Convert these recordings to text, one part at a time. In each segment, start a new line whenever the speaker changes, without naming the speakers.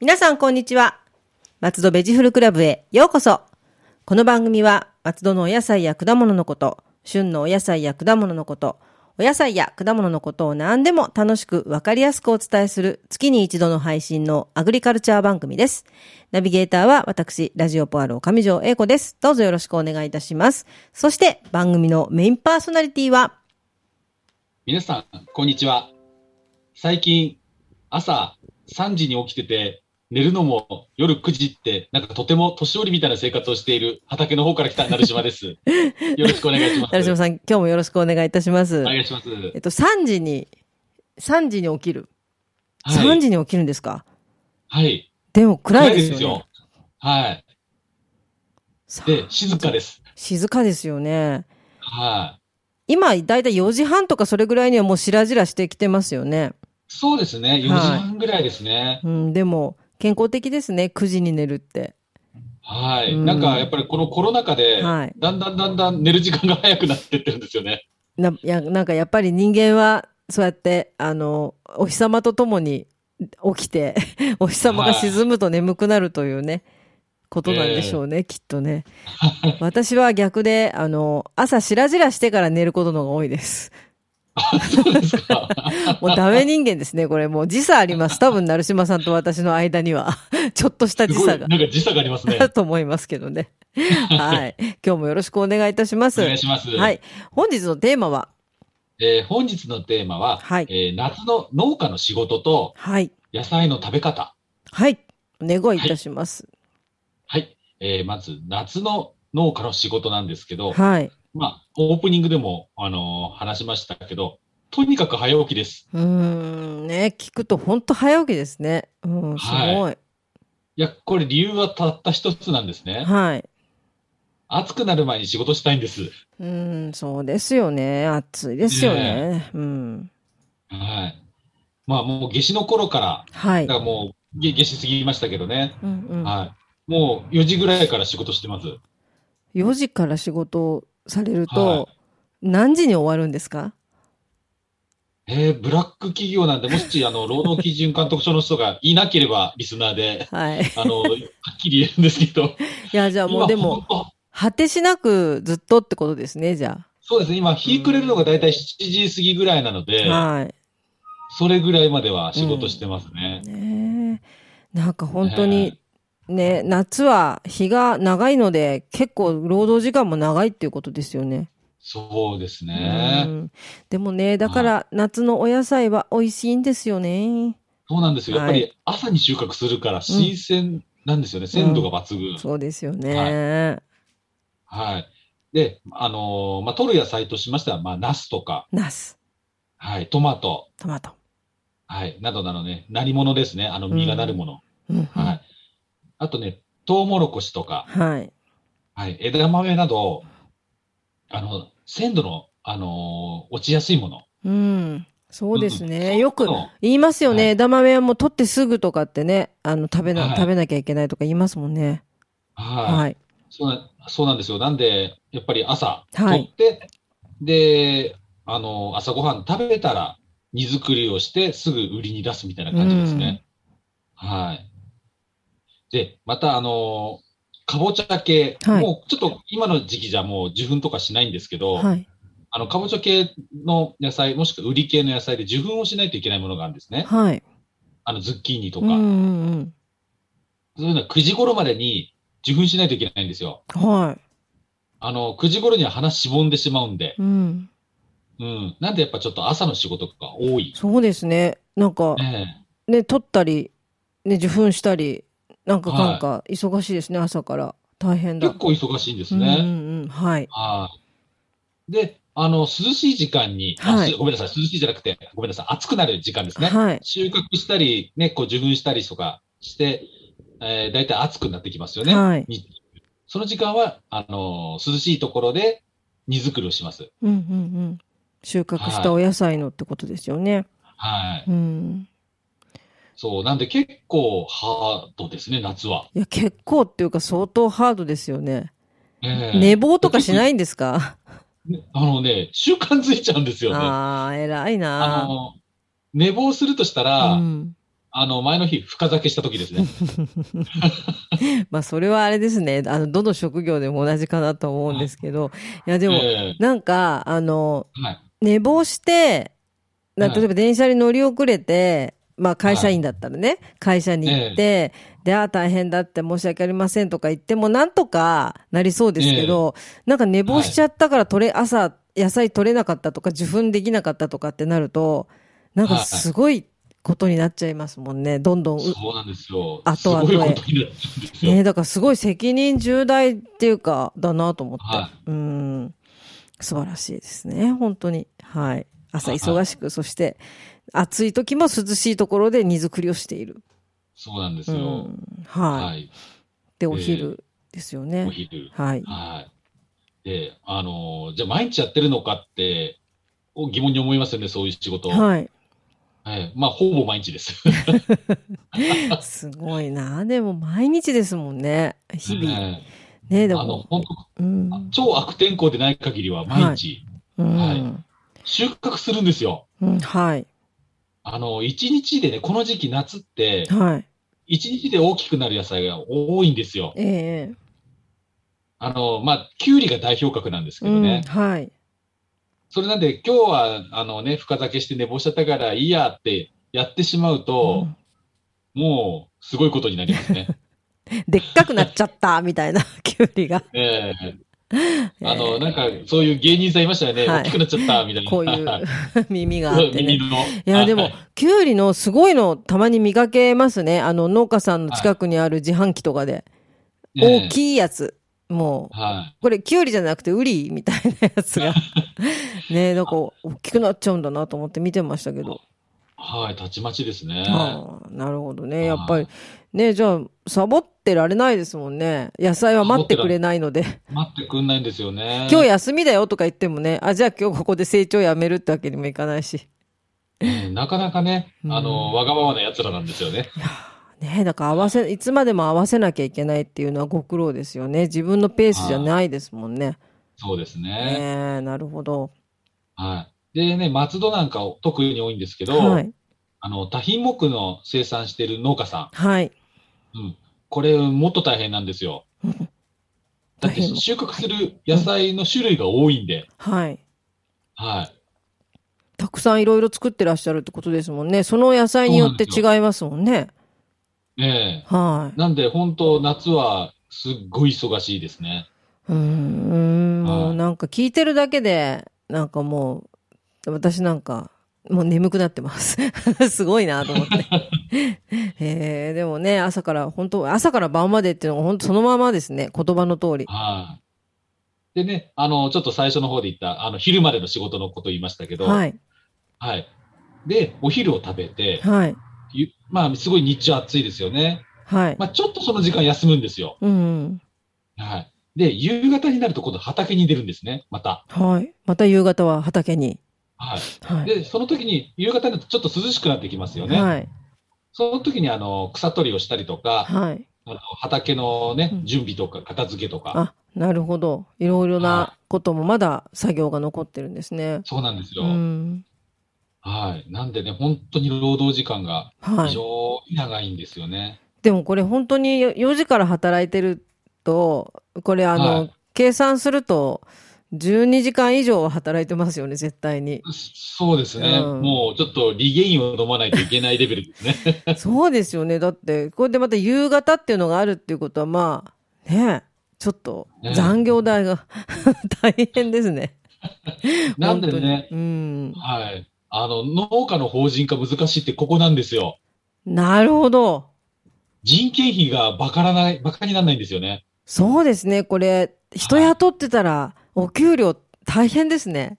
皆さん、こんにちは。松戸ベジフルクラブへようこそ。この番組は、松戸のお野菜や果物のこと、旬のお野菜や果物のこと、お野菜や果物のことを何でも楽しくわかりやすくお伝えする月に一度の配信のアグリカルチャー番組です。ナビゲーターは私、ラジオポアロー上条英子です。どうぞよろしくお願いいたします。そして番組のメインパーソナリティは、
皆さん、こんにちは。最近、朝3時に起きてて、寝るのも夜9時って、なんかとても年寄りみたいな生活をしている畑の方から来た成島 です。よろしくお願いします。
成島さん、今日もよろしくお願いいたします。
お願いします。
えっと、3時に、3時に起きる。
は
3
い。
時に起きるんですか
はい。
でも暗いです
暗
よね。
はい。
さ
で、静かです。
静かですよね。
はい。
今、だいたい4時半とかそれぐらいにはもうしらじらしてきてますよね。
そうですね。4時半ぐらいですね。
うん、でも、健康的ですね。9時に寝るって。
はい。
うん
なんかやっぱりこのコロナ禍で、
はい
だんだんだんだん寝る時間が早くなってってるんですよね。
ないや、なんかやっぱり人間は、そうやって、あの、お日様とともに起きて、 お日様が沈むと眠くなるというね、ことなんでしょうね、きっとね。私は逆で、あの、朝しらじらしてから寝ることの方が多いです。
あそうですか。
もうダメ人間ですね、これ。もう時差あり ます。多分、成島さんと私の間には、 ちょっとした
す
時
ご
差
い、
が、
なんか時差がありますね。
だと思いますけど ね。はい。今日もよろしくお願いいたします。
お願いします。
はい。本日のテーマは、
えー本日のテーマは、
はい
えー夏の農家の仕事と
はい。
野菜の食べ方。
はい。お願いいたします。
はい。えーまず、夏の農家の仕事なんですけど、
はい。
まあ、オープニングでも、あのー話しましたけど、とにかく早起きです。
うーん、ね、聞くと本当早起きですね。うん、すごい。
いや、これ理由はたった一つなんですね。
はい。
暑くなる前に仕事したいんです。
うーん、そうですよね。暑いですよね。うん。
はい。まあ、もう夏至の頃から、
はい
だか。らもう、げ夏至過ぎましたけどね。
うんうん。
はい。もう4時ぐらいから仕事してます。
4時から仕事をされる
は
と、何時に終わるんですか
えー、ブラック企業なんで、もし、あの、労働基準監督署の人がいなければ、リスナーで、
はい。い
あの、はっきり言えるんですけど、
や、じゃあもう
今
でも、
本当
果てしなくずっとってことですね、じゃ
そうですね、今、日暮れるのが大体7時過ぎぐらいなので、
あ。はい。
それぐらいまでは仕事してますね。
ねえなんか本当に、ね、夏は日が長いので、結構労働時間も長いっていうことですよね。
そうです
う
ね。
んでもね、だから夏のお野菜は美味しいんですよね。
そうなんですよ。やっ
は
ぱり朝に収穫するから新鮮なんですよね。鮮度が抜群。
そうですよね。
はい。で、あのーまあ、取る野菜としましては、まあ、ナスとか、
ナス、
はい、トマト、
トマト。
はい、などなどね、何物ですね。あの、実がなるもの。
うん
はい。あとね、トウモロコシとか、
はい。
はい、枝豆など、あの、鮮度の、あのー落ちやすいもの。
うん。そうですね。よく
そういうの
言いますよ
は
ね。
い
枝豆はもう取ってすぐとかってね、あの、食べ
は
な、
い
食べなきゃいけないとか言いますもんね。
はい、
はい。
そうな。そうなんですよ。なんで、やっぱり朝、
はい
取って、で、あのー朝ごはん食べたら、荷造りをして、すぐ売りに出すみたいな感じですね。はい。で、また、あのーかぼちゃ系、
はい
もうちょっと今の時期じゃもう受粉とかしないんですけど、
はい。
あの、かぼちゃ系の野菜、もしくは売り系の野菜で受粉をしないといけないものがあるんですね。
はい。
あの、ズッキーニと
う
か。
んうん
そういうのは9時頃までに受粉しないといけないんですよ。
うん。は
あの、9時頃には花しぼんでしまうんで
い。。うん。
うん。なんでやっぱちょっと朝の仕事が多い。
そうですね。なんか、
え
ね、取ったり、ね、受粉したり、なんかかんか、忙しいですね、朝から。大変
え
だ。
結構忙しいんです
うん
ね。
うんうん。はい。
はい。で、あの、涼しい時間に、あ
はい
すごめんなさい、涼しいじゃなくて、ごめんなさい、暑くなる時間ですね。
はい。
収穫したり、ね、こう受粉したりとかして、えー、だいたい暑くなってきますよね。
はい
にその時間は、あのー涼しいところで荷造りをします。
うんうんうん。収穫したお野菜のってことですよね。
はい。
うん。
そう。なんで結構ハードですね、夏は。
いや、結構っていうか相当ハードですよね。
ええ
寝坊とかしないんですか
ねあのね、習慣ついちゃうんですよね。
ああ、偉い
あ
な
の、寝坊するとしたら、
うん。
あの、前の日、深酒した時ですね。
まあ、それはあれですね。あの、どの職業でも同じかなと思うんですけ ど。いや、でも、
ええ
なんか、あの、
はい。
寝坊して、な
はい
例えば電車に乗り遅れて、まあ会社員だったらね、会社に行って、で、ああ大変だって申し訳ありませんとか言ってもなんとかなりそうですけど、なんか寝坊しちゃったから取れ、朝野菜取れなかったとか、受粉できなかったとかってなると、なんかすごいことになっちゃいますもんね、どんどんう。
そうなんですよ。
あとは
すごい
これ
ことになっちゃうんですよ。
ねだからすごい責任重大っていうか、だなと思って。
は
うん。素晴らしいですね。本当に。はい。朝忙しく、そして、暑い時も涼しいところで荷造りをしている。
そうなんです
う
よ。
ん。はい。
はい。
で、お昼ですよね
お。昼。
はい。
はい。で、あのーじゃあ毎日やってるのかって、お疑問に思いますよね、そういう仕事。はい。
はい。
まあ、ほぼ毎日です。
すごいな。でも、毎日ですもんね。日々。
はい
ね、で
あの、
も。
本
う
当
ん。
超悪天候でない限りは毎日、
うん
はい収穫するんですよ。
うん。はい。
あの、一日でね、この時期夏って、
はい。
一日で大きくなる野菜が多いんですよ。
ええ。
あの、まあ、キュウリが代表格なんですけ
う
どね。
ん。はい。
それなんで、今日は、あのね、深酒して寝坊しちゃったからいいやってやってしまうと、もう、すごいことになりますね。
でっかくなっちゃった、みたいな、 きゅうりが。
ええあ
え
の、
え
なんか、そういう芸人さんいましたよね。
はい
大きくなっちゃった、みたいな。
こう いう耳があってね
耳。
い
の。
や、で
は
も、きゅうりのすごいの、たまに見かけますね。あの、農家さんの近くにある自販機とかで。
い、
大
い。
きいやつ。も
は
う、これ、きゅうりじゃなくて、ウリみたいなやつ が。ねえ、なんか、大きくなっちゃうんだなと思って見てましたけど。
い。はい、たちまちですね。
ああ、なるほどね。
い
やっぱり。ねえ、じゃあ、サボってられないですもんね。野菜は待ってくれないので。
待ってくんないんですよね。
今日休みだよとか言ってもね、あ、じゃあ今日ここで成長やめるってわけにもいかないし。
ええなかなかね、あの、わがままな奴らなんですよね。
ねえ、だから合わせ、いつまでも合わせなきゃいけないっていうのはご苦労ですよね。自分のペースじゃないですもんね。
そうです
ね
ね。
え、なるほど。
はい。でね、松戸なんか特に多いんですけど、
はい。
あの、多品目の生産してる農家さん。
はい。
うん、これ、もっと大変なんです よ。だって
大変
収穫する野菜の種類が多いんで、
はい。
はい。
たくさんいろいろ作ってらっしゃるってことですもんね。その野菜によって
そうなんです
違いますもんね。
ええ
はい。
なんで、本当夏はすっごい忙しいですね。
うーん、も
は
う
い
なんか聞いてるだけで、なんかもう、私なんか、もう眠くなってます。 すごいなと思って。 えー、でもね、朝から、本当朝から晩までっていうのが本当そのままですね。言葉の通り。
はい。でね、あの、ちょっと最初の方で言った、あの、昼までの仕事のこと言いましたけど、。
はいい。
はい。で、お昼を食べて、
はい。
ゆまあ、すごい日中暑いですよね。
はい。
まあ、ちょっとその時間休むんですよ。
うん。
はい。で、夕方になると今度畑に出るんですね、また。
はい。また夕方は畑に。
はい。
はい。
で、その時に、夕方になるとちょっと涼しくなってきますよね。
はい。
その時に、あの、草取りをしたりとか、
はい。
あの畑のね
う、ん
準備とか、片付けとか、
あ、なるほど。いろいろな
は
こともまだ作業が残ってるんですね。
そうなんですよ。
うん。
はい。なんでね、本当に労働時間が
は
非
い。
常に長いんですよね。
でもこれ本当に4時から働いてると、これあの、
はい
計算すると、12時間以上は働いてますよね、絶対に。
そうですね。
うん
もうちょっとリゲインを飲まないといけないレベルで すね。
そうですよね。だって、これでまた夕方っていうのがあるっていうことは、まあ、ねえ、ちょっと
ねえ
残業代が 大変ですね。
なんで
本、
ね
当にうん。
はい。あの、農家の法人化難しいってここなんですよ。
なるほど。
人件費がバカらない、バカにならないんですよね。
そうですね。これ、人雇ってたら、お給料大変ですね。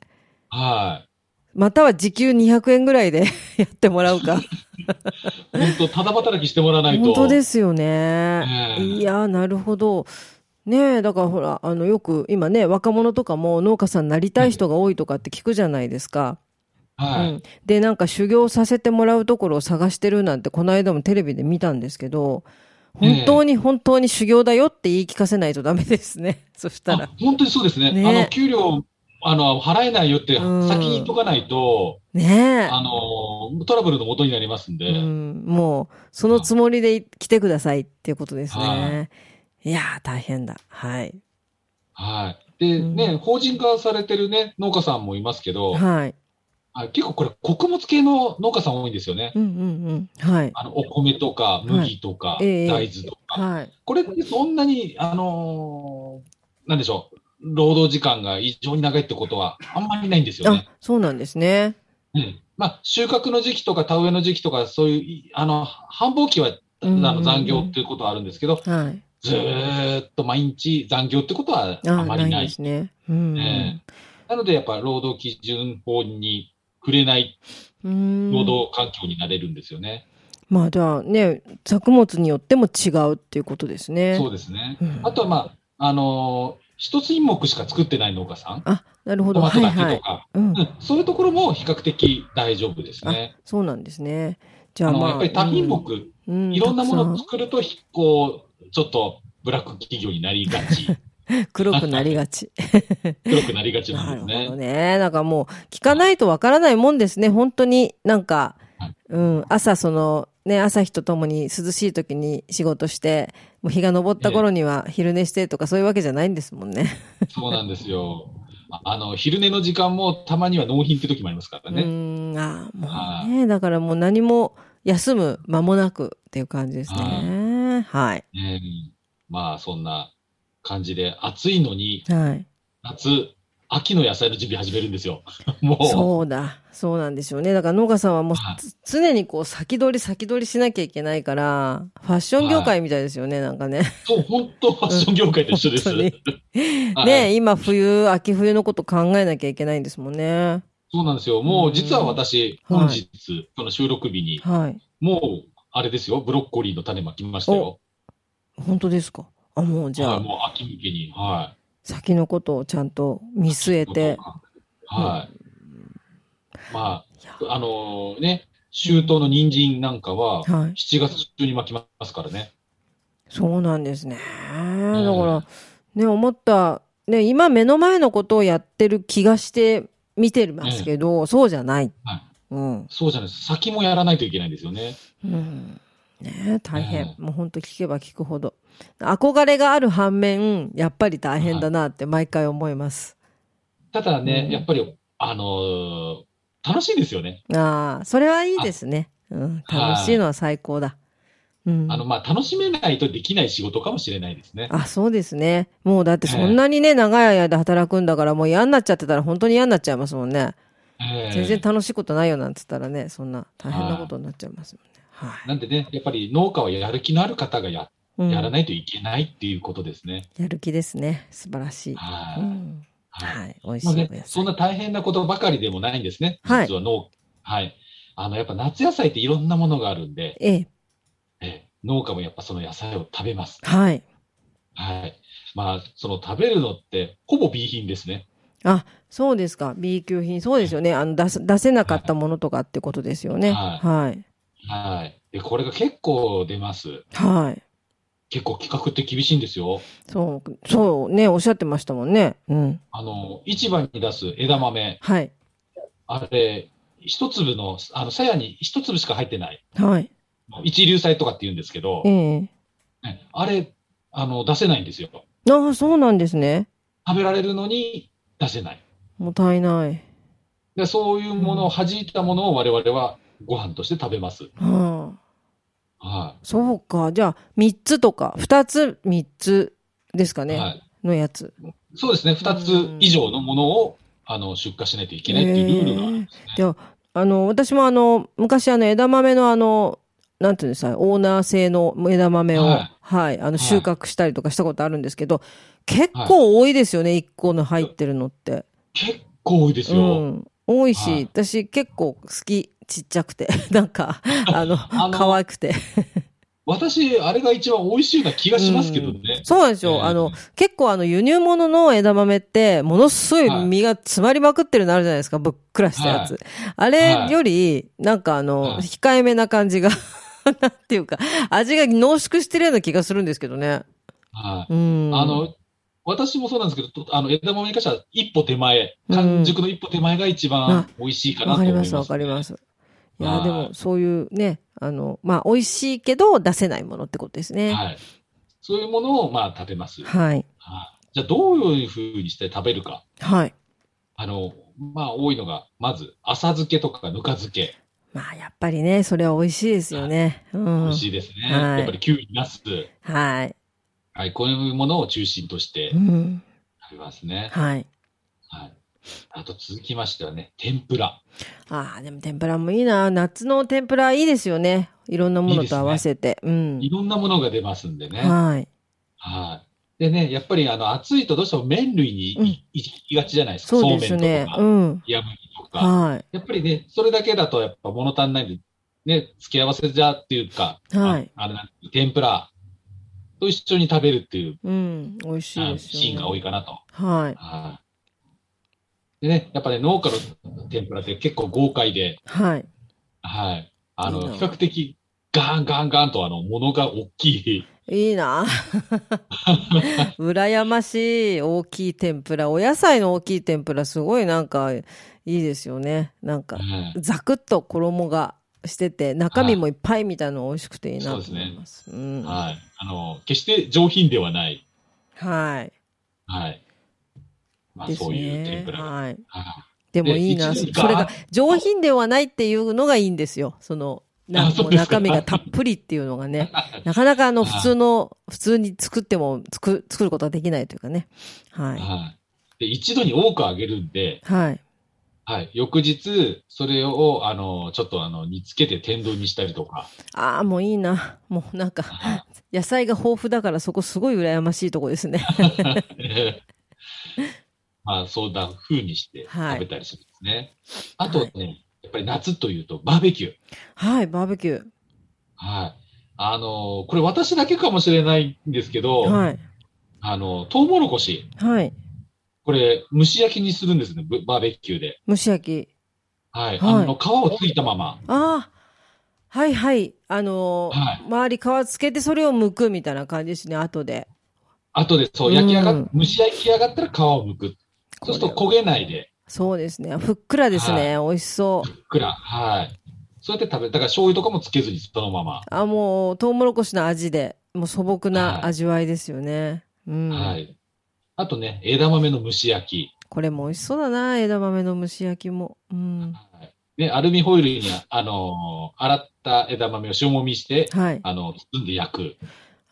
はい。
または時給200円ぐらいで やってもらうか。
本当、ただ働きしてもらわないと。
本当ですよね。
ええ
いや、なるほど。ねえ、だからほら、あの、よく今ね、若者とかも農家さんになりたい人が多いとかって聞くじゃないですか。
はい。
うん、で、なんか修行させてもらうところを探してるなんて、この間もテレビで見たんですけど、本当に本当に修行だよって言い聞かせないとダメですね。そしたら
あ。本当にそうですね。
ね
あの、給料、あの、払えないよって
うん
先に言っとかないと、
ね
あの、トラブルの元になりますんで、
え。うん、もう、そのつもりで来てくださいっていうことですね
は。
いやー、大変だ。はい。
はい。で、
うん
ね、法人化されてるね、農家さんもいますけど、
はい。
あ結構これ、穀物系の農家さん多いんですよね。
うんうんうん。はい。
あの、お米とか、麦とか、
いええ
大豆とか。
はい。
これってそんなに、あのーなんでしょう、労働時間が異常に長いってことはあんまりないんですよね。
あ、そうなんですね。
うん。まあ、収穫の時期とか田植えの時期とか、そういうい、あの、繁忙期は、あ
うんうんう
の
ん
残業っていうことはあるんですけど、
はい。
ずーっと毎日残業ってことは
あ
あまり
な
ないい
で。すね。うん。
ええなので、やっぱ労働基準法に触れない
うん
労働環境になれるんですよね。
まあ、じゃあね、作物によっても違うっていうことですね。
そうですね。
うん
あとは、まあ、あのー一つ品目しか作ってない農家さん、
あ、なるほ
ト
ど。
マ
は
ト
い
だけとか、
はい。うん
う。ん、そういうところも比較的大丈夫ですね。
そうなんですね。じゃ
あ
あ
の
まあ。
やっぱり多品目、
うん、
いろんなものを
たく
作ると、ひこう、ちょっとブラック企業になりが ち、
さ ん黒くなりがち。
黒くなりがちな
なんる
で
ほ
す
ど
ね。
ね。なんかもう、聞かないとわからないもんですね。本当になんか
はい、
うん、朝その、ね、朝日とともに涼しい時に仕事して、もう日が昇った頃には昼寝してとかそういうわけじゃないんですもんね。
そうなんですよ。ああの、昼寝の時間もたまには納品って時もありますから
う
ね。
ーん、あーも
は
うね、だからもう何も休む間もなくっていう感じですね。はい。
えーまあ、そんな感じで、暑いのに、
はい。
夏、秋の野菜の準備始めるんですよ。 もう、
そうだ。そうなんですよね。だから農家さんはもう
はい
つ常にこう先取り先取りしなきゃいけないから、ファッション業界みたいですよね、なんかね。
そう本当ファッション業界と一緒です。
うん本
はい
ね今冬、秋冬のこと考えなきゃいけないんですもんね。
そうなんですよ。もう実は私、
うん
本日、この収録日に、
はい。
もう、あれですよ、ブロッコリーの種まきましたよ。
本当ですかあ、もうじゃ
はい
あ、
もう秋向けに。は
先のことをちゃんと見据え
い。
て。
はい。ま
いや
あ、あのね、秋冬の人参なんかは、
はい。
7月中に巻きますからね。
そうなんですね。だから、ね、思った、ね、今目の前のことをやってる気がして見てますけど、そうじゃない。
はい
うん。
そうじゃないです。先もやらないといけないんですよね。
うん。ね大変。
え
もう本当聞けば聞くほど。憧れがある反面、やっぱり大変だなって毎回思います。
ただね
う、ん
やっぱり、あのー楽しいですよね。
ああ、それはいいですね。うん。楽しいのは最高だ。うん。
あの、まあ、楽しめないとできない仕事かもしれないですね。
あ、そうですね。もうだってそんなにね、長い間働くんだから、もう嫌になっちゃってたら本当に嫌になっちゃいますもんね。
ええ
全然楽しいことないよなんつったらね、そんな大変なことになっちゃいますもんね。はい。
なんでね、やっぱり農家はやる気のある方がや
うん
やらないといけないっていうことですね。
やる気ですね。素晴らしい。
は
う
い。
ん。
はい。
はい。美味しい
まあ
お野
ね、そん
菜。
な大変なことばかりでもないんですね。
はい
実は農、はい。あの、やっぱ夏野菜っていろんなものがあるんで、
ええ。
え農家もやっぱその野菜を食べます。
はい。
はい。まあ、その食べるのって、ほぼ B 品ですね。
あ、そうですか。B 級品。そうですよね。あの、出す、出せなかったものとかってことですよね。
は
はい。
はい。で、これが結構出ます。
はい。
結構企画って厳しいんですよ。
そう、そうね、おっしゃってましたもんね。うん。
あの、市場に出す枝豆、
はい。
あれ、一粒の、あの、鞘に一粒しか入ってない。
はい。
一粒菜とかって言うんですけど
え、え。
ねあれ、あの、出せないんですよ。
ああ、そうなんですね。
食べられるのに出せない。
もったいない。
でそういうものを弾いたものを我々はご飯として食べます。
はあ。
は
そうか。じゃあ、3つとか、2つ、3つですか
い。
ね。
はい、
のやつ。
そうですね。二つ以上のものを、あの、出荷しないといけないっていうルールがあるんですね。
じゃあ、あの、私もあの、昔あの、枝豆のあの、なんていうんですか、オーナー製の枝豆を、は、
はい
あの、
い
収穫したりとかしたことあるんですけど、結構多いですよね、1個の入ってるのって。
結構多いです
う
よ。
ん。多いし、
はい
私結構好き、ちっちゃくて。 なんか、あの、
あの
可愛くて。
私、あれが一番美味しいような気がしますけどね。
そうなんですよ。
ええ
あの、結構あの、輸入物の枝豆って、ものすごい実が詰まりまくってるのあるじゃないですか、ぶっくらしたやつ。
は
あれより、なんかあの、
はい
控えめな感じが、 なんていうか、味が濃縮してるような気がするんですけどね。
はい。
うん。
あの、私もそうなんですけど、とあの枝豆に関しては一歩手前、完熟の一歩手前が一番美味しいかな
わ
と
かり
思いま、。
ますす、わかりますす。いや
は
ー、
い
でも、そういうね、あの、まあ、美味しいけど出せないものってことですね。はい。
はい。そういうものを、まあ、食べます。はいじゃあ、どういうふうにして食べるか。
はい。
あの、まあ、多いのが、まず、浅漬けとかぬか漬け。
まあ、やっぱりね、それは美味しいですよね。うん。
美味しいですね。
はい
やっぱり、きゅうり、ナス。
はい。
はい、こういうものを中心として
うん。
食べますね。
はい。
はい。あと、続きましてはね、天ぷら。
ああ、でも天ぷらもいいな。夏の天ぷらいいですよね。いろんなものと合わせて。
いろんなものが出ますんで
うん。
ね。
はい。
はい。でね、やっぱりあの暑いとどうしても麺類にい,、
うん
行きがちじゃないですか。
そうです
め
ね
ん。
う
とか、
ん。
ヤムニとか。
は
やっぱりね、それだけだとやっぱ物足んないんで、ね、付け合わせじゃっていうか、
はい
ああれなんていう天ぷらと一緒に食べるっていう
い。うん。美味しい
あ
ですよ、ね。
シーンが多いかなと。
はい。
はい。でね、やっぱね、農家の天ぷらって結構豪快で、
はい。
はい。あ
いい
の、
な
比較的ガンガンガンとあの、物が大きい。
いいな。 羨ましい大きい天ぷら。お野菜の大きい天ぷら、すごいなんかいいですよね。なんか、
はい
ザクッと衣がしてて、中身もいっぱいみたいなの美味しくていいなと思います。うん。は
はい。あの、決して上品ではない。
い。
はい。まあ、
です
そういう
ね
天ぷらが。
はい。
は
でもいいな。
で
そ
一
れ
時が
が上品ではないっていうのがいいんですよ。その、な
あそう
もう
ですか
中身がたっぷりっていうのがね。なかなかあの
はい。
普通の、普通に作っても作、作ることはできないというかね。はいい。
はい。で、一度に多く揚げるんで、
はい。
はい。翌日、それを、あの、ちょっと、あの、煮つけて天丼にしたりとか。
ああ、もういいな。もうなんか、野菜が豊富だからそこすごい羨ましいとこですね。
まあ、そうだ風にして
はい
食べたりするんですね。あとね、やっぱり夏というと、バーベキュー。
はい、バーベキュ
はい。あの、これ私だけかもしれないんですけど、
ー。はい。
あの、トウモロコシ。
はい。
これ、蒸し焼きにするんですね、ぶバーベキューで。
蒸し焼き。
はい。
はい
あの、皮をついたまま。
ああ。はいはい。あのー
はい
周り皮つけてそれを剥くみたいな感じですね、後で。
あとで、そう、焼き上が
うん
っ、蒸し焼き上がったら皮を剥く。そうすると焦げないで、
そうですね。ふっくらですね。美味しそう。
ふっくら。はい。そうやって食べ、だから醤油とかもつけずにそのまま。
あ、もう、トウモロコシの味で、もう素朴
はい
な味わいですよね。うん。
はい。あとね、枝豆の蒸し焼き。
これも美味しそうだな、枝豆の蒸し焼きも。うん。
はいで、アルミホイルに、あのー洗った枝豆を塩もみして、
はい。
あの、包んで焼く。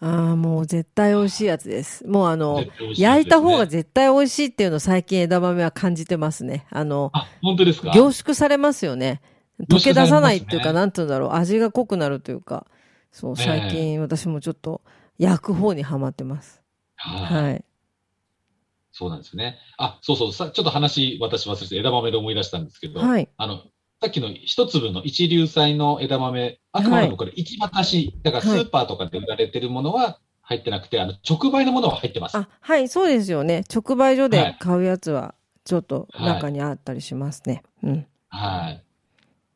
ああ、もう絶対美味しいやつです。もうあの、
絶対美味しいですね
焼いた方が絶対美味しいっていうのを最近枝豆は感じてますね。あの、
あ、本当ですか
凝縮されますよね。溶
凝
け出
縮されますね
さないっていうか、なんて言うんだろう。味が濃くなるというか。そう、
ええ
最近私もちょっと焼く方にはまってます。
はい。
はい。
そうなんですね。あ、そうそう。さちょっと話、私忘れて枝豆で思い出したんですけど、
はい。
あの、さっきの一粒の一粒菜の枝豆、あくまでもこれ一渡し、だからスーパーとかで売られてるものは入ってなくて、あの、直売のものは入ってます。
あ、はい、そうですよね。直売所
は
で
い
買うやつは、ちょっと
はい
中にあったりしますね。うん。
はい。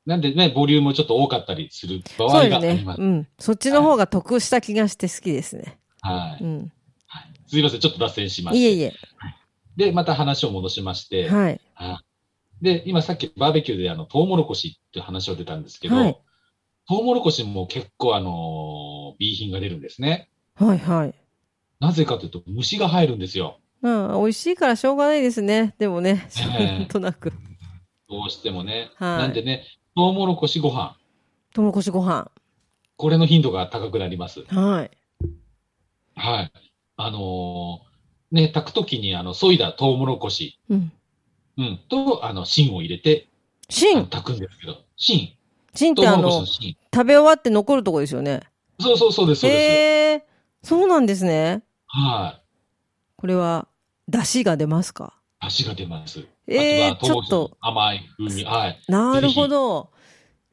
なんでね、ボリュームちょっと多かったりする場
そ
合
うで
があ
すね
り。ます。
うん。そっちの方が得した気がして好きですね。
は
う
い。
ん。
すいません、ちょっと脱線しまし
い
て。
えいえ。
で、また話を戻しまして、
はい。
はいで、今さっきバーベキューであの、トウモロコシっていう話を出たんですけど、
はい
トウモロコシも結構あのー B 品が出るんですね。
はいはい。
なぜかというと、虫が入るんですよ。
うん、美味しいからしょうがないですね。でもね、
ええ
なんとなく。
どうしてもね。
はい
なんでね、トウモロコシご飯、
とうもろこしご飯。
これの頻度が高くなります。
はい。
はい。あのーね、炊くときに、あの、削いだトウモロコシ、
うん。
うん、と、あの、芯を入れて、
芯
炊くんですけど、芯、
芯っ
トウ
てあ
モロコシ
の
の、芯。
食べ終わって残るとこですよね。
そうそうそうです、そうです。
へえ、そうなんですね。
はい。
これは、出汁が出ますか
足が出ます。
ええ
あとはトウモロコシの
ちょっと
甘い風味。はい。
なるほど。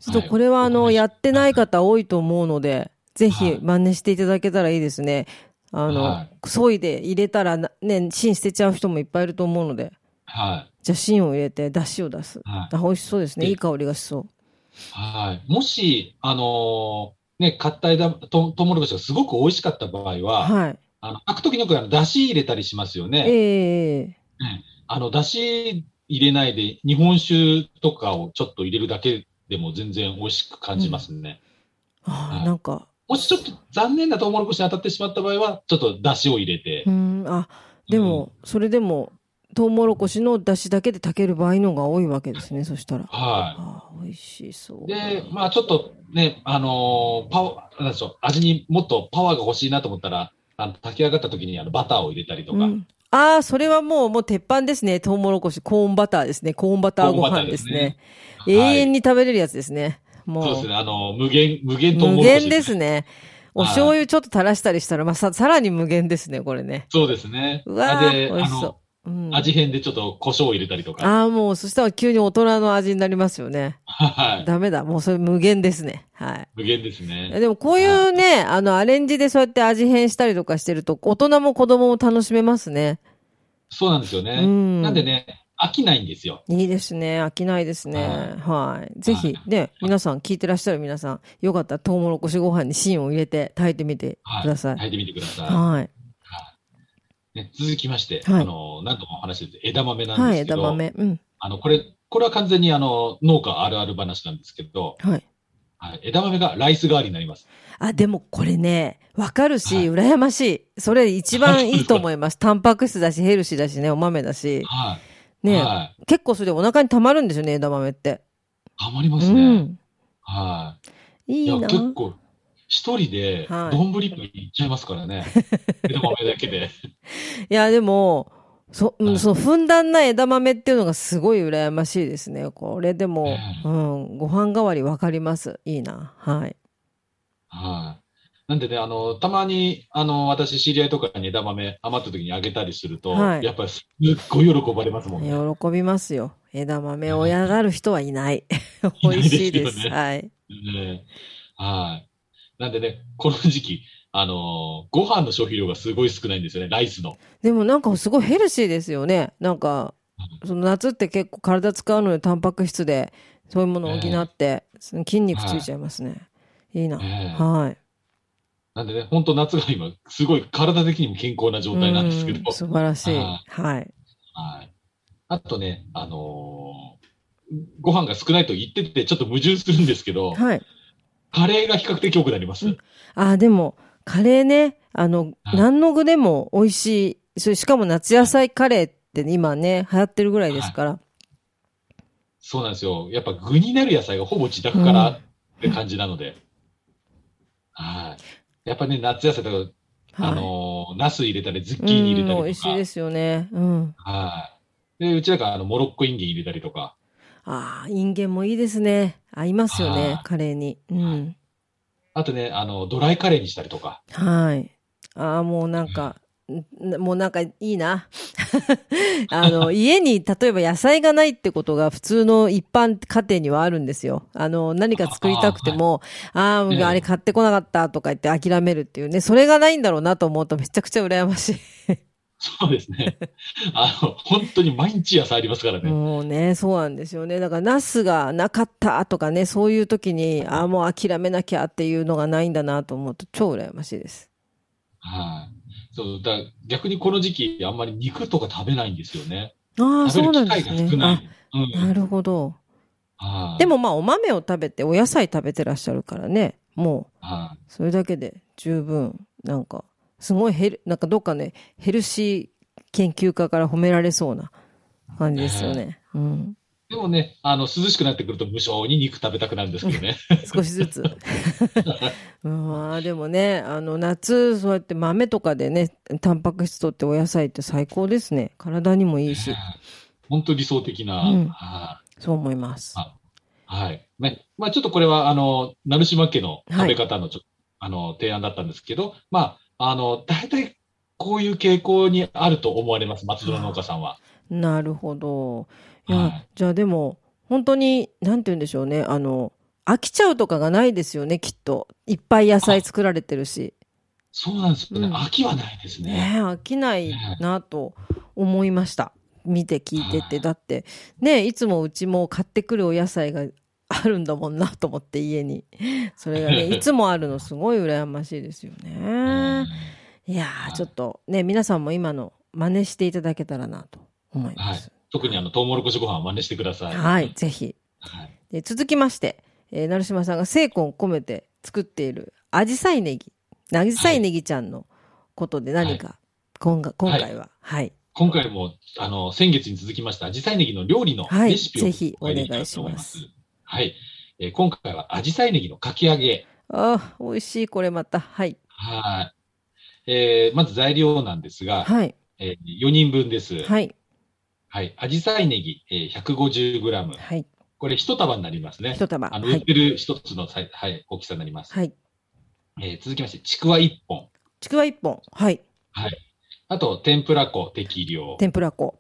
ちょ
ひ
っとこれは、
はい
あの、
お願いし
やってない方多いと思うので、ぜ
は
ひ
い
真似していただけたらいいですね。あの、
は
削いで入れたらな、ね、芯捨てちゃう人もいっぱいいると思うので、
は
じゃあ芯を入れて、出汁を出す。
い。はい。
あ、美味しそうですね。
で
いい香りがしそう。
はい。もし、あのーね、買った枝、トトウモロコシがすごく美味しかった場合は、
はい。
あの、炊くときによくあの、出汁入れたりしますよね。
ええ
あの、だし入れないで、日本酒とかをちょっと入れるだけでも全然美味しく感じますね。
あ
は
あ、
い
なんか、
もしちょっと残念なトウモロコシに当たってしまった場合は、ちょっとだしを入れて
うー。ん、あ、でも、それでも、トウモロコシの出汁だけで炊ける場合のが多いわけですね、そしたら。
は
ああ、美味しそう。
い。で、まあちょっとね、あのーパワー、なんでしょう、味にもっとパワーが欲しいなと思ったら、あの、炊き上がった時にあの、バターを入れたりとか、
うん、ああ、それはもう、もう鉄板ですね。トウモロコシ、コーンバターですね。コーンバターご飯ですね。
コーンバターですねはい
永遠に食べれるやつですね。もう、
そうですね、あの、無限、無限トウ
無
モロコシ。
限ですね。お
はい
醤油ちょっと垂らしたりしたら、まあ、さ、さらに無限ですね、これね。
そうですね。
うわー、
で、
美味
あ
しそ
の、
う。うん、
味変でちょっと胡椒を入れたりとか。
ああ、もう、そしたら急に大人の味になりますよね。
はい。
ダメだ。もうそれ無限ですね。はい。
無限ですね。
でもこういうね、あの、アレンジでそうやって味変したりとかしてると、大人も子供も楽しめますね。
そうなんですよね。
うん
なんでね、飽きないんですよ。
いいですね。飽きないですね。はい。ぜひ
は、
ね、皆さん、聞いてらっしゃる皆さん、よかったらトウモロコシご飯に芯を入れて炊いてみて
はい。
ください。
炊いてみてください。
はい。
ね、続きまして、
はい
あの、何度もお話ししてる枝豆なん
は
で
い、
すけ
枝
ど、
豆。うん。
あの、これ、これは完全にあの、農家あるある話なんですけど、
はい。
はい、枝豆がライス代わりになります。
あ、でもこれね、わかるし、
はい
羨ましい。それ一番いいと思います。タンパク質だし、ヘルシーだしね、お豆だし。
はい。
ね、
はい。
結構それでお腹に溜まるんですよね、枝豆って。
ハマりま
う
すね。
ん。
はい。
いいな。
結構、一人で、
はい
丼ぶりっぽいっちゃいますか らね。枝豆だけで。
いや、でも、そ、う
は
ん、
い
その、ふんだんな枝豆っていうのがすごい羨ましいですね。これでも、うん、ご飯代わりわかります。いいな。はい。
はい。なんでね、あの、たまに、あの、私、知り合いとかに枝豆余った時にあげたりすると、
はい
やっぱりすっごい喜ばれますもんね。
喜びますよ。枝豆を
はい
嫌がる人はいない。 美味しいです。
いないですよ
はい。
ねねはい。なんでね、この時期、あのーご飯の消費量がすごい少ないんですよね、ライスの。
でもなんかすごいヘルシーですよね。なんか、その夏って結構体使うのでタンパク質で、そういうものを補って、その筋肉ついちゃいますね。いいな。
ね
はい。
なんでね、本当夏が今、すごい体的にも健康な状態なんですけど
う。ん素晴らしい。
は
はい。
はい。あとね、あのーご飯が少ないと言ってて、ちょっと矛盾するんですけど、
はい。
カレーが比較的多くなります。
うんあ、でも、カレーね、あの、
はい
何の具でも美味しい。それしかも夏野菜カレーってね今ね、流行ってるぐらいですから。
そうなんですよ。やっぱ具になる野菜がほぼ自宅からって感じなので。はい。やっぱね、夏野菜とか、
はい。
あのー、ナス入れたり、ズッキーニ入れ
う
た
ん美
り
味
と
しい
か
で。すよね。うん。
はい。で、うちなんか、あの、モロッコインゲン入れたりとか。
ああ、インゲンもいいですね。合いますよね
は、い
カレーに。うん。
あとね、あの、ドライカレーにしたりとか。
はい。ああ、もうなんか、んもうなんかいいな。 あの、家に例えば野菜がないってことが普通の一般家庭にはあるんですよ。あの、何か作りたくても、ああー、
ええ
あれ買ってこなかったとか言って諦めるっていうね、それがないんだろうなと思うとめちゃくちゃ羨ましい。
そうですね。 あの、本当に毎日野菜ありますからね。
もうね、そうなんですよね。だから、ナスがなかったとかね、そういう時に、ああ、もう諦めなきゃっていうのがないんだなと思うと超羨ましいです。
はい。そう、だから逆にこの時期、あんまり肉とか食べないんですよね。
ああ、
食
そう
べ
な
る
ん
機
で
会
す
が少
ね。
な
あ
い。うん。
なるほど。
はい
でもまあお豆を食べてお野菜食べてらっしゃるからね、も
は
うそれだけで十分、なんか、すごいヘル、なんかどっかね、ヘルシー研究家から褒められそうな感じですよね。うん。
い。でもね、あの、涼しくなってくると無性に肉食べたくなるんですけどね。
少しずつ。うんまあでもね、あの夏、そうやって豆とかでね、タンパク質とってお野菜って最高ですね。体にもいいし、
本当理想的な、
うん
は
そう思います。
いはい。ね。まあちょっとこれは、あの、成島家の食べ方のちょ、あの、提案だったんですけど、まあ、あの、大体こういう傾向にあると思われます、松戸の農家さんは。
なるほど。いや、
はい
じゃあでも、本当に、なんて言うんでしょうね。あの、飽きちゃうとかがないですよね、きっと。いっぱい野菜作られてるし。
そうなんですよね。
うん
飽きはないですね。
ねえ飽きないなと思いました。見て聞いてて。だって、ねえいつもうちも買ってくるお野菜があるんだもんなと思 って、家に。それがね、いつもあるのすごい羨ましいですよね。
うん
いやー、ちょっとね、皆さんも今の真似していただけたらなと思います。
特にあの、トウモロコシご飯を真似してください。
はい、。ぜひ。
はい。
で続きまして、えー、成島さんが精魂込めて作っているアジサイネギ、アジサイネギちゃんのことで何か、今が今回は、はい、
今回も、あの、先月に続きました、アジサイネギの料理の
はい
レシピを、
ぜひ
お願いし
お願いし
ま
ます
す。はい。えー今回は、アジサイネギのかき揚げ。
あー美味しい、これまた。はい。
はい。えーまず材料なんですが、
はい。
え4人分です。はい。
はい。
アジサイネギ、えー、150g。
はい。
これ、一束になりますね。
一束。
あ
は
の、売っ
い。
てる一つのサイ、はい、大きさになります。
はい。
えー続きまして、ちくわ1本。
ちくわ一本。はい。
あと、天ぷら粉適量。
天ぷら粉。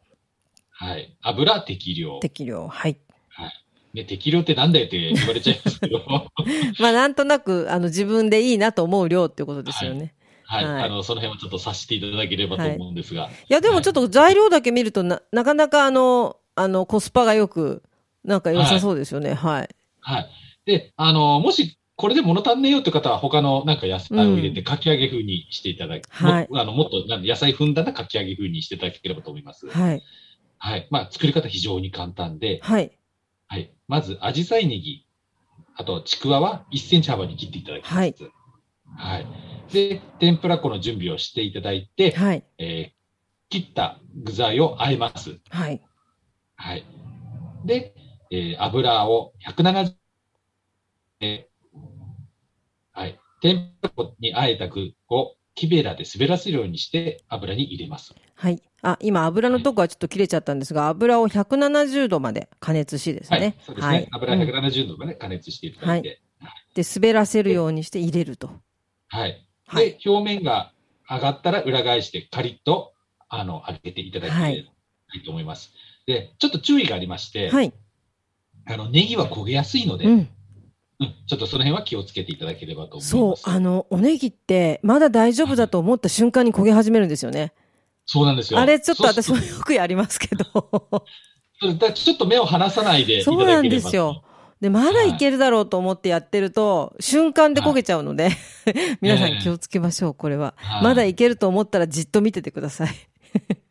はい。油適量。
適量。はい。
ね、適量ってなんだよって言われちゃいます けど。
まあ、なんとなく、あの、自分でいいなと思う量ってことですよね。
はい。
はい
あの、その辺はちょっと察していただければと思うんですが。
いや、でもちょっと材料だけ見るとな、なかなかあの、あの、コスパがよく、なんか良さそうですよね。はい。
はい。で、あの、もし、これで物足んねえよって方は、他のなんか野菜を入れて、かき揚げ風にしていただき、
はい
もあのもっとなんか野菜ふんだんなかき揚げ風にしていただければと思います。
はい。
はい。まあ、作り方非常に簡単で、
はい。
はい。まず、アジサイネギ、あと、ちくわは1センチ幅に切っていただきます。
はい。
はい。で、天ぷら粉の準備をしていただいて、
はい。
えー切った具材を和えます。
はい。
はい。で、えー油を170、えーはい。天ぷら粉に和えた具を木べらで滑らせるようにして油に入れます。
はい。あ、今、油のとこはちょっと切れちゃったんですが、油を170度まで加熱しです
はい。
ね。
そうですね。油170度まで加熱していただいて。
で、滑らせるようにして入れると。
はい。
は
で
い。、
表面が上がったら裏返してカリッと、あの、揚げていただきた
はい
いと思います。で、ちょっと注意がありまして、
はい。
あの、ネギは焦げやすいので、
うん。
うんちょっとその辺は気をつけていただければと思います。
そう。あの、おネギって、まだ大丈夫だと思った瞬間に焦げ始めるんですよね。
そうなんですよ。
あれ、ちょっと私
そう
もよくやりますけど。
そうだからちょっと目を離さないでいただけ
そ
れば
う
と。
なんですよ。で、まだいけるだろうと思ってやってると、瞬間で焦げちゃうので、皆さん気をつけましょう、これは。
はい。
まだいけると思ったらじっと見ててください。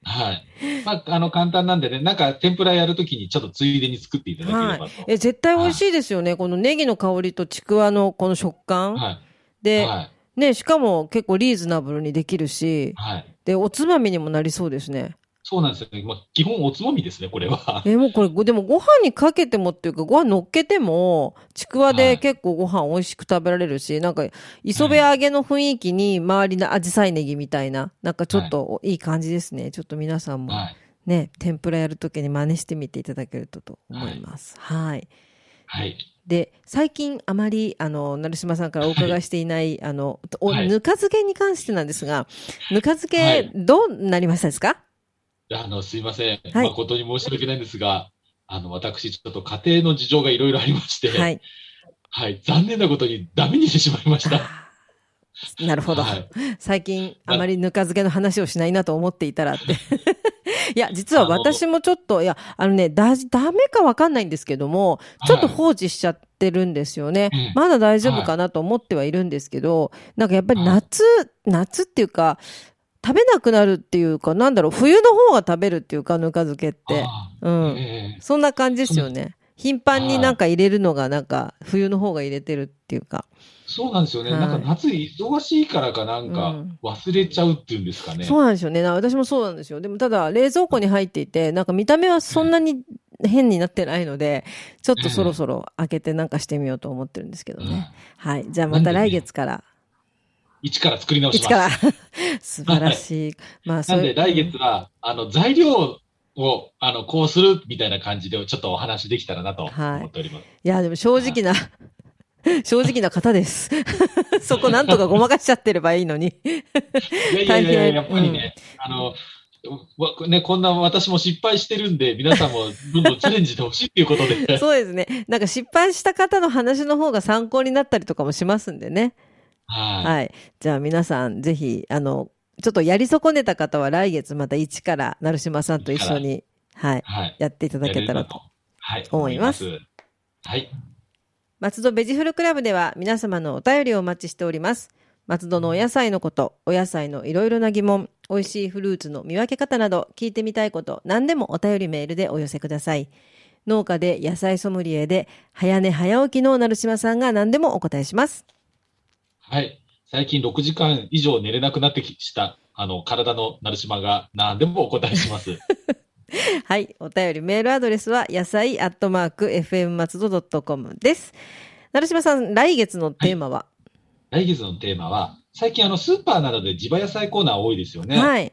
はい。まあ、あの、簡単なんでね、なんか天ぷらやるときにちょっとついでに作っていただければと。
はえ、絶対美味しいですよね。このネギの香りとちくわのこの食感。
はい。
で、
はい。
ね、しかも結構リーズナブルにできるし、
はい。
で、おつまみにもなりそうですね。
そうなんですよね。まあ、基本おつまみですね、これは。
え、もうこれご、でもご飯にかけてもっていうか、ご飯乗っけても、ちくわ
は
で
い
結構ご飯美味しく食べられるし、なんか、磯辺揚げの雰囲気に周りのアジサイネギみたいな、なんかちょっといい感じですね。ちょっと皆さんも
はい。
ね、天ぷらやるときに真似してみていただけるとと思います。はい。
はい。
で、最近あまり、あの、成島さんからお伺いしていない、あの、お
はい
ぬか漬けに関してなんですが、ぬか漬
は
け
い、
どうなりましたですか
あの、すいません。
はい
誠に申し訳ないんですが、あの、私、ちょっと家庭の事情がいろいろありまして、
は
はい。
い。
残念なことにダメにしてしまいました。
なるほど。
はい。
最近
まあ
あまりぬか漬けの話をしないなと思っていたら って。いや、実は
あの
私もちょっと、いや、あのね、だ、ダメかわかんないんですけども、ちょっと
はい
放置しちゃってるんですよね
ええ。
まだ大丈夫かなと思ってはいるんですけど、なんかやっぱり夏、夏っていうか、食べなくなるっていうか、なんだろう、冬の方が食べるっていうか、ぬか漬けって。
あ
う
ー
ん。
ええ
そんな感じですよね。頻繁になんか入れるのが、なんか、冬の方が入れてるっていうか。
そうなんですよね。
はい
なんか夏忙しいからかなん
う
か
ん
忘れちゃうっていうんですかね。
そうなんですよね。な私もそうなんですよ。でもただ、冷蔵庫に入っていて、なんか見た目はそんなに変になってないので、ちょっとそろそろ開けてなんかしてみようと思ってるんですけど
うん
ね。はい。じゃあまた来月から、
一から作り直
い
し
つ
ます。
から、 素晴らしい。まあ、
なんで来月
は。
は、あの、材料を、あの、こうするみたいな感じで、ちょっとお話できたらなと
はい
思っております。
いや、でも正直な、 正直な方です。 そこなんとかごまかしちゃってればいいの に。
い、やいやいや、や
大変。
っぱりね、あの、わね、こんな私も失敗してるんで、皆さんもどんどんチャレンジしてほしいっていうことで
そうですね。なんか失敗した方の話の方が参考になったりとかもしますんでね。
はい。
はい。じゃあ皆さん、ぜひ、あの、ちょっとやり損ねた方は来月また一から、成島さんと一緒に、はい、
はい。
やっていただけたらと。
はい。
思います
思いはい。
松戸ベジフルクラブでは皆様のお便りをお待ちしております。松戸のお野菜のこと、お野菜のいろいろな疑問、美味しいフルーツの見分け方など、聞いてみたいこと、何でもお便りメールでお寄せください。農家で野菜ソムリエで、早寝早起きの成島さんが何でもお答えします。
はい。最近6時間以上寝れなくなってきした、あの、体のなるしまが何でもお答えし ます。
はい。お便りメールアドレスは、野菜アットマーク FM 松戸 .com です。成島さん、来月のテーマは、
来月のテーマは、最近あの、スーパーなどで地場野菜コーナー多いですよね。。
はいい。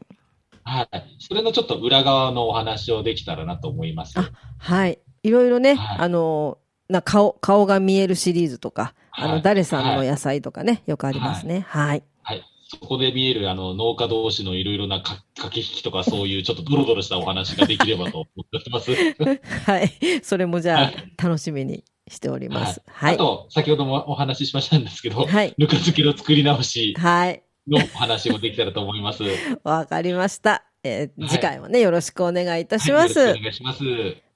はい。それのちょっと裏側のお話をできたらなと思います。
あはい。いろいろね、
はい
あの、な顔、顔が見えるシリーズとか、あ
は
の、
い
誰さんの野菜とかね、よくありますね。はい。
はい。そこで見えるあの、農家同士のいろいろなか駆け引きとかそういうちょっとドロドロしたお話ができればと思ってます。
はい。 それもじゃ
は
あ、楽しみにしております。は
あ
い。
と、先ほどもお話ししましたんですけど、
はい。
ぬか漬けの作り直し
はい。
のお話もできたらと思います。
わかりました。えー
はい
次回もね、よろしくお願いいた します。
はいよろしくお願いします。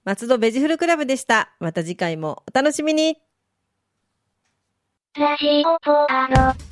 松戸ベジフルクラブでした。また次回もお楽しみに。
ラジオポアド。